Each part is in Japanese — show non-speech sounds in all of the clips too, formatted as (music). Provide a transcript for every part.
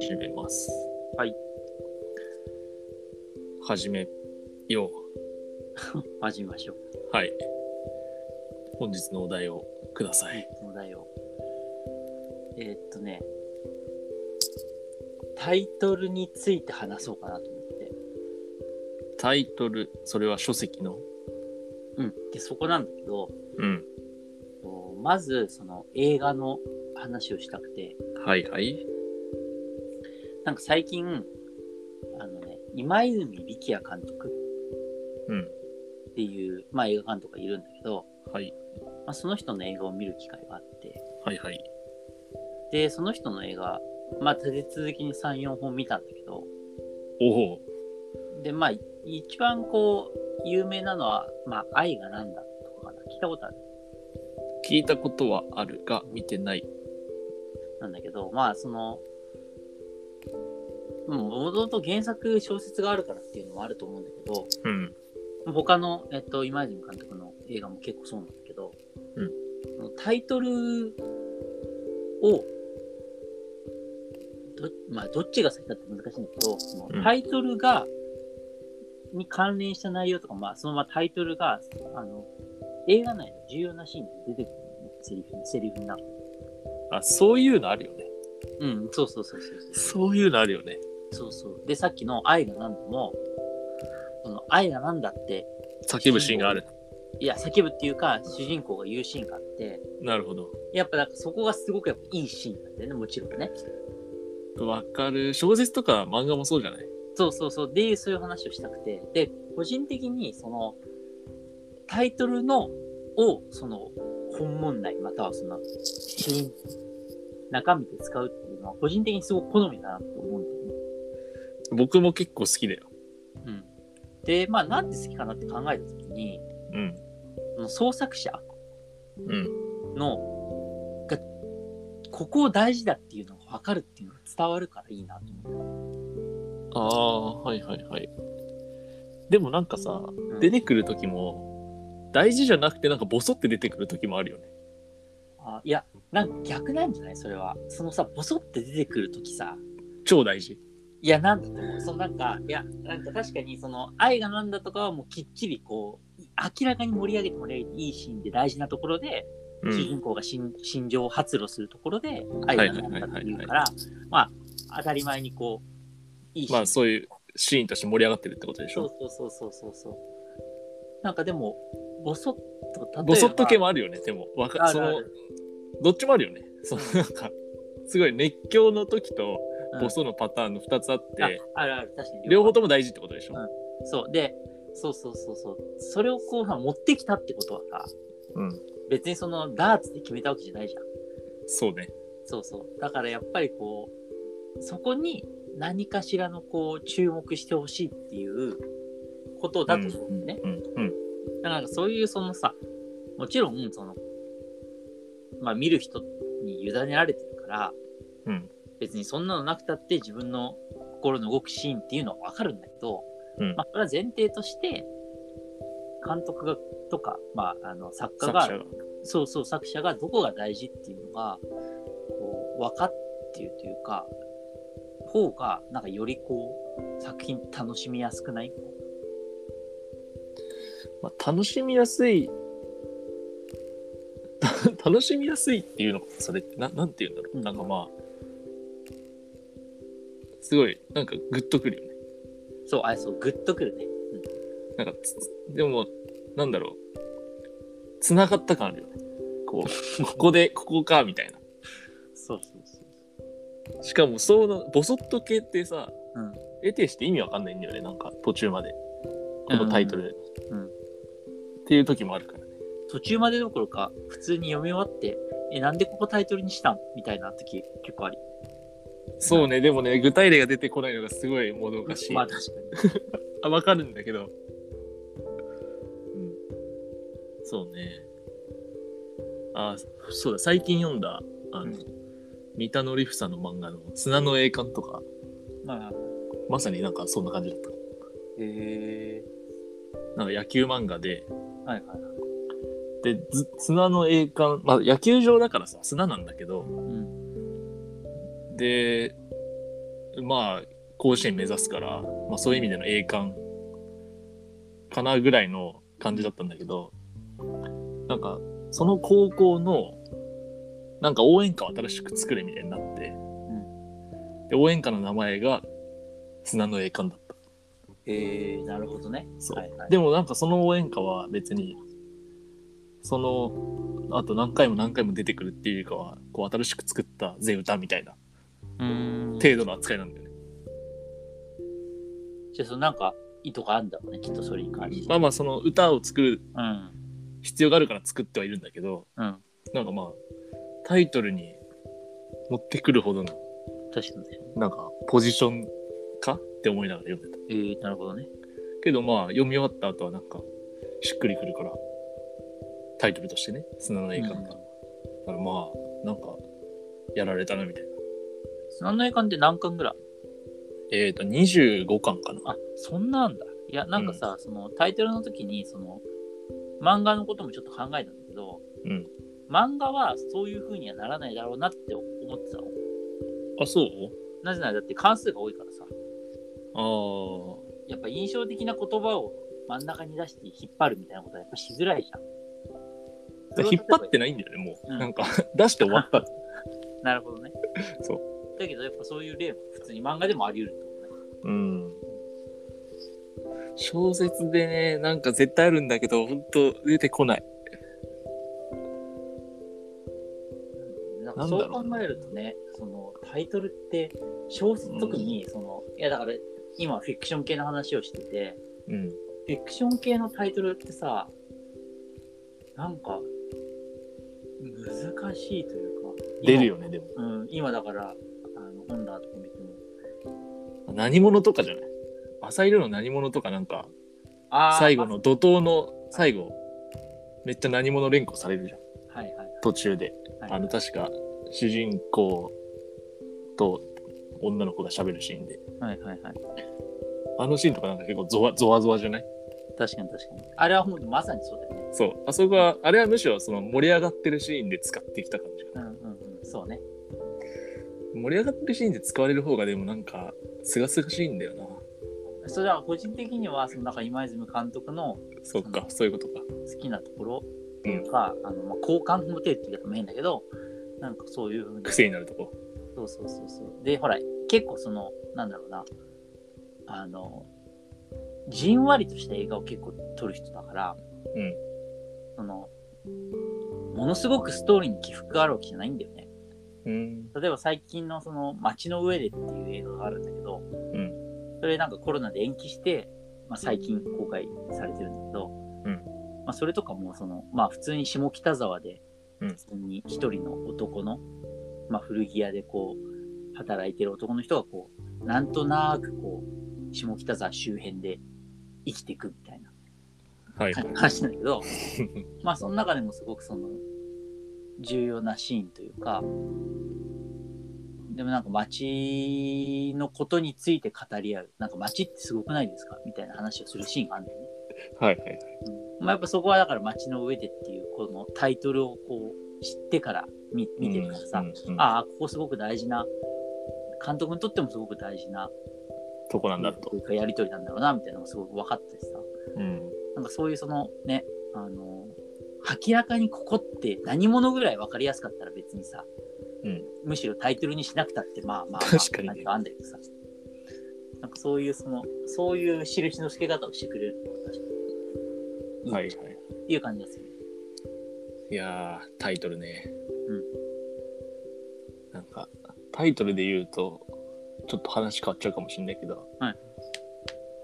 始めます。はい。始めよ始めましょう。う。はい。本日のお題をください。お題を。えーっとね、タイトルについて話そうかなと思って。タイトル、それは書籍の。うん。で、そこなんだけど、うん。こうまず、その映画の話をしたくて、はいはい。なんか最近、あのね、今泉力也監督うん。っていう、まあ映画監督がいるんだけど、はい。まあ、その人の映画を見る機会があって、はいはい。で、その人の映画、まあ立て続けに3、4本見たんだけど、おお。で、まあ、一番こう、有名なのは、まあ、愛がなんだとかかな。聞いたことある聞いたことはあるが、見てない。なんだけど、まあ、その、もともと原作小説があるからっていうのもあると思うんだけど、うん。他の、えっと、今泉監督の映画も結構そうなんだけど、うんそのタイトルを、どまあ、どっちが先かって難しいんだけど、そのうんタイトルが、に関連した内容とか、まあ、そのままタイトルが、あの、映画内の重要なシーンに出てくるのね、セリフに、セリフになる。あ、そういうのあるよね。うん、そうそうそうそうそう。そういうのあるよね。そうそう。で、さっきの愛が何だも、その愛が何だって、叫ぶシーンがある。いや、叫ぶっていうか、主人公が言うシーンがあって、なるほど。やっぱなんかそこがすごくやっぱいいシーンなんだよね、もちろんね。わかる。小説とか漫画もそうじゃないそうそうそう。で、そういう話をしたくて。で、個人的に、その、タイトルの、を、その、本問題、またはその、シーン、中身で使うっていうのは、個人的にすごく好みだなと思うんだよね。僕も結構好きだよ。うん。で、まあ、なんで好きかなって考えた時に、うん。その創作者うん。の、が、ここを大事だっていうのが分かるっていうのが伝わるからいいなと思っああ、はいはいはい。でもなんかさ、た。出てくる時も、大事じゃなくてなんかボソって出てくる時もあるよね。あいや、なんか逆なんじゃないそれは。そのさ、ボソって出てくるときさ、超大事。いや、なんだと思う。そのなんか、いや、なんか確かに、その、愛がなんだとかはもうきっちりこう、明らかに盛り上げてもらえるいいシーンで大事なところで、う主人ん。公が心心情を発露するところで、愛がなんだっていうから、まあ、当たり前にこう、いいシーン。まあそういうシーンとして盛り上がってるってことでしそうょ。そうそうそうそうそう。なんかでも、ボソッと、例えばボソっと系もあるよね。でも、わかあそるあのる、どっちもあるよね。そのなんか、すごい熱狂の時とうんボソのパターンの2つあって、ああるある、確かに。両方とも大事ってことでしょ。そう。で、そうそうそうそう。それをこうさ、持ってきたってことはさ、うん。別にそのダーツで決めたわけじゃないじゃん。そうね。そうそう。だからやっぱりこう、そこに何かしらのこう、注目してほしいっていうことだと思うんだよね。うん。うん。だからそういうそのさ、もちろん、その、まあ見る人に委ねられてるから、うん別にそんなのなくたって自分の心の動くシーンっていうのはわかるんだけど、うんまあ、それは前提として、監督がとか、まあ、あの作家作が者が。そうそう、作者がどこが大事っていうのが、こう、分かってるというか、方が、なんかよりこう、作品楽しみやすくないまあ、楽しみやすい (laughs) た楽しみやすいっていうのかそれってななんて言うんだろう、うんなんかまあすごいなんかグッとくるよねそう、あれ、そう、グッとくるね。なんかつつでもなんだろうつながった感あるよねこ (laughs) うここでここかみたいなそうそうそう。しかもそのボソッと系ってさ、うん得てして意味わかんないんだよねなんか途中までこのタイトル、うんうんっていう時もあるからね途中までどころか、普通に読み終わって、え、なんでここタイトルにしたんみたいな時、結構あり。そうねでもね具体例が出てこないのがすごいもどかしい、まあ、確かに。あ、わかるんだけど。うん。そうね。あ、そうだ、最近読んだ、あの、うん三田紀房の漫画の砂の栄冠とか、 (laughs) まあ、まさになんかそんな感じだった。へえなんか野球漫画で、はいはいはい。でず砂の栄冠、まあ、野球場だからさ砂なんだけどうん。でまあ甲子園目指すから、まあ、そういう意味での栄冠かなぐらいの感じだったんだけどなんかその高校のなんか応援歌を新しく作れみたいになって、で応援歌の名前が砂の栄冠だった。えー、なるほどね。そうはいはいでもなんかその応援歌は別にそのあと何回も何回も出てくるっていうよりかはこう新しく作った「ぜ歌」みたいなうん。程度の扱いなんだよね、じゃあ、そのなんか、意図があるんだろうね、きっとそれに関して。まあまあその歌を作るうん。必要があるから作ってはいるんだけどうん。なんかまあタイトルに持ってくるほどの確かにね。なんかポジションかって思いながら読んでたえー、なるほどね。けどまあ読み終わった後はなんかしっくりくるからタイトルとしてね「砂の栄冠が」うだからまあなんかやられたなみたいな。砂の栄冠って何巻ぐらいえっ、と、25巻かな。あそんなんだ。いや、なんかさ、そのタイトルの時に、その、漫画のこともちょっと考えたんだけど、うん。漫画はそういう風にはならないだろうなって思ってたの。あ、そうなぜならだって関数が多いからさ、ああやっぱ印象的な言葉を真ん中に出して引っ張るみたいなことはやっぱしづらいじゃん。それは引っ張ってないんだよね、もう。うんなんか、 (laughs) 出して終わった。なるほどね。。(laughs) そうだけどやっぱそういう例も普通に漫画でもあり得るってことね。うん。小説でね、なんか絶対あるんだけど、ほんと出てこない。ななんかんそだうろうな考えるとね、そのタイトルって小説特にその、いやだから今フィクション系の話をしてて、うん。フィクション系のタイトルってさ、なんか、難しいというか。出るよね、でも。今。うん、今だから、あの本だとか見ても。何者とかじゃない浅井亮の何者とかなんか、あー最後。の怒涛の最後、めっちゃ何者連呼されるじゃん。はいはい途中で。はい。あの、確か、主人公と女の子が喋るシーンで。はいはいはい。あのシーンとかなんか結構ゾワゾワゾワじゃない確かに確かに。あれは本当まさにそうだよね。そう、あそこは、あれはむしろその盛り上がってるシーンで使ってきた感じうかんな。うんうん。そうね。盛り上がってるシーンで使われる方がでもなんか、すがすがしいんだよな。それは個人的には、そのなんか今泉監督のそっか、そういうことか。好きなところっていうか、あのまあ、好感持てるって言い方も変だけど、なんかそういうふうに。癖になるとこ。そうそうそうそう。で、ほら、結構その、なんだろうな、あの、じんわりとした映画を結構撮る人だから、うん。その、ものすごくストーリーに起伏があるわけじゃないんだよね。うん。例えば最近のその、街の上でっていう映画があるんだけど、んそれなんかコロナで延期して、まあ、最近公開されてるんだけど、うんまあ、それとかもその、まあ、普通に下北沢で、うん普通に一人の男の、まあ、古着屋でこう、働いてる男の人がこう、なんとなくこう、下北沢周辺で生きていくみたいなはい。感じ話なんだけど、まあその中でもすごくその重要なシーンというかでもなんか街のことについて語り合うなんか街ってすごくないですかみたいな話をするシーンがあるんだよね、はいはい。まあ、やっぱそこはだから街の上でっていうこのタイトルをこう知ってから見見てるからさ、うんうんうんああここすごく大事な監督にとってもすごく大事なとこなんだとと。いうかやり取りなんだろうなみたいなのがすごく分かってさ、うん。なんかそういうそのね、あの、明らかにここって何者ぐらい分かりやすかったら別にさ、うんむしろタイトルにしなくたってまあまあまあ、確かにねなんあんだけどさ、なんかそういうその、そういう印の付け方をしてくれるのが確かにはいはいいっ。ていう感じがする。いやー、タイトルね。うんん。なんか、タイトルで言うと、ちょっと話変わっちゃうかもしれないけど、はい。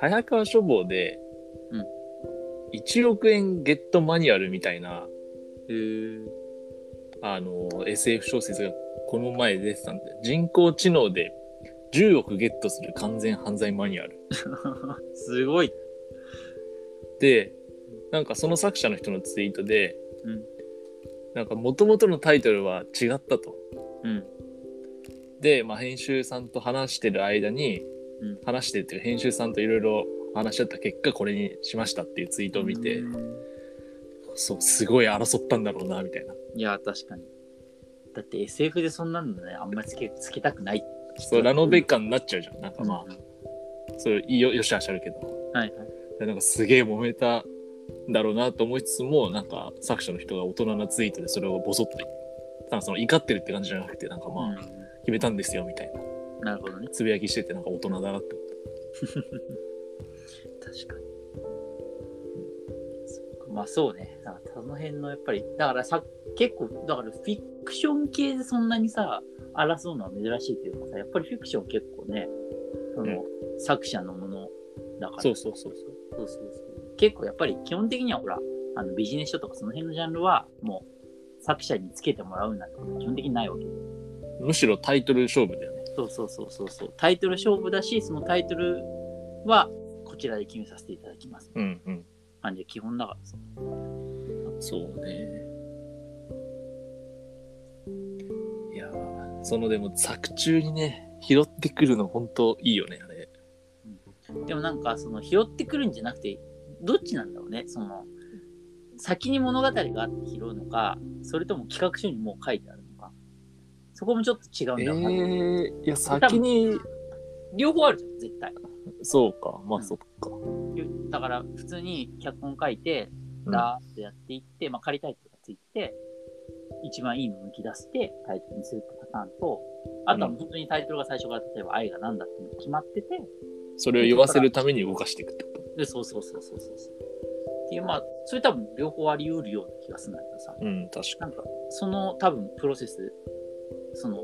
早川書房で、うん。 1億円ゲットマニュアルみたいな、へえ。あの SF 小説がこの前出てたんで人工知能で10億ゲットする完全犯罪マニュアル (laughs) すごい。でなんかその作者の人のツイートで、うんなんか元々のタイトルは違ったとうん。で、まあ、編集さんと話してる間に、うん話してるっていうか編集さんといろいろ話し合った結果これにしましたっていうツイートを見て、うんそう、すごい争ったんだろうな、みたいな。いや、確かに。だって SF でそんなのね、あんまりつけつけたくない。そう、ラノベ感になっちゃうじゃん。なんかまあ、うんそれ、いいよ、よしあしあるけど。はいはい。でなんかすげえ揉めたんだろうなと思いつつも、なんか作者の人が大人なツイートでそれをボソッと言って、なんかその怒ってるって感じじゃなくて、なんかまあ、う決めたんですよ、みたいな。ん、なるほどね。つぶやきしてて、なんか大人だなって思っ確かに。そっかまあそうね。だからその辺のやっぱり、だからさ、結構、だからフィクション系でそんなにさ、争うのは珍しいというかさ、やっぱりフィクション結構ね、その、作者のものだから。た。そうそうそうそう。そうそうそう。結構やっぱり基本的にはほら、あのビジネス書とかその辺のジャンルは、もう作者につけてもらうなんてことは基本的にないわけで。むしろタイトル勝負だよね。そうそうそうそうそう。タイトル勝負だし、そのタイトルはこちらで決めさせていただきます。うんうん。感じで基本だからさ。そうね。いやーそのでも作中にね、拾ってくるの本当いいよね、あれ。でもなんか、その拾ってくるんじゃなくて、どっちなんだろうね。その、先に物語があって拾うのか、それとも企画書にもう書いてあるのか。そこもちょっと違うんだろうな。えー、いや先に、両方あるじゃん、絶対。そうか、まあうんそっか。だから普通に脚本書いて、ダーッとやっていって、まあ仮タイトルがついて、一番いいの抜き出してタイトルにするパターンと、あとはうん本当にタイトルが最初から例えば愛が何だっていうのが決まってて、それを言わせるために動かしていくってこと。で、そうそうそうそうそうそう。っていう、まあ、それ多分両方あり得るような気がするんだけどさ、うん、確かなんかその多分プロセス、その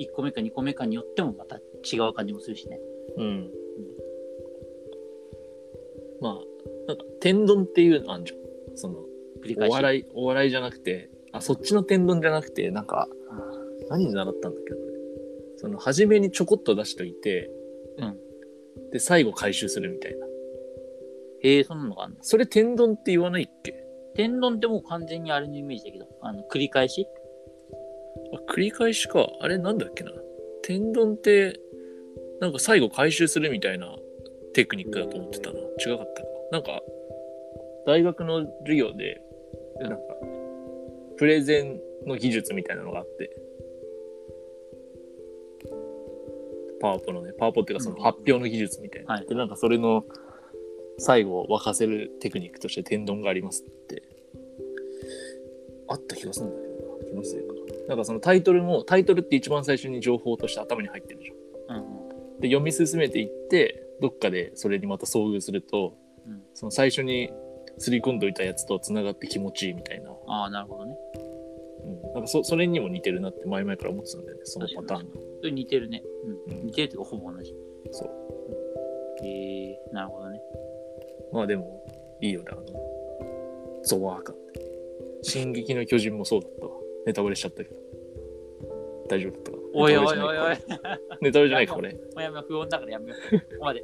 1個目か2個目かによってもまた違う感じもするしね。に。うん。まあ、なんか天丼っていうのあんじゃん。その、繰り返おし。笑い、お笑いじゃなくて、あ、そっちの天丼じゃなくて、なんか、何に習ったんだっけどこれその初めにちょこっと出しといて、うんで最後回収するみたいなへえ、そんなのがあるんだ。それ天丼って言わないっけ天丼ってもう完全にあれのイメージだけど、あの繰り返しあ繰り返しかあれなんだっけな天丼ってなんか最後回収するみたいなテクニックだと思ってたな違かったかなんか大学の授業でなんかプレゼンの技術みたいなのがあってパワポのねパワポっていうかそのうん発表の技術みたいな、はいでなんかそれの最後を沸かせるテクニックとして天丼がありますってあった気がするんだけどな気のせいかなんかそのタイトルもタイトルって一番最初に情報として頭に入ってるでしょうんうん。で読み進めていってどっかでそれにまた遭遇するとうん、その最初に刷り込んどいたやつとつながって気持ちいいみたいな,、ああ、なるほどね。うん、なんかそそれにも似てるなって前々から思ってたんだよねそのパターンがそれ似てるね。うん。うん似てるというか、ほぼ同じ。そうへえなるほどね。まあでもいいよねあのゾワー感って「進撃の巨人」もそうだったわネタバレしちゃったけど大丈夫だったかなおいおいおいネタバレじゃないおい。かネタバレじゃないかこれもうやめよう、不穏だからやめよう。ここまで。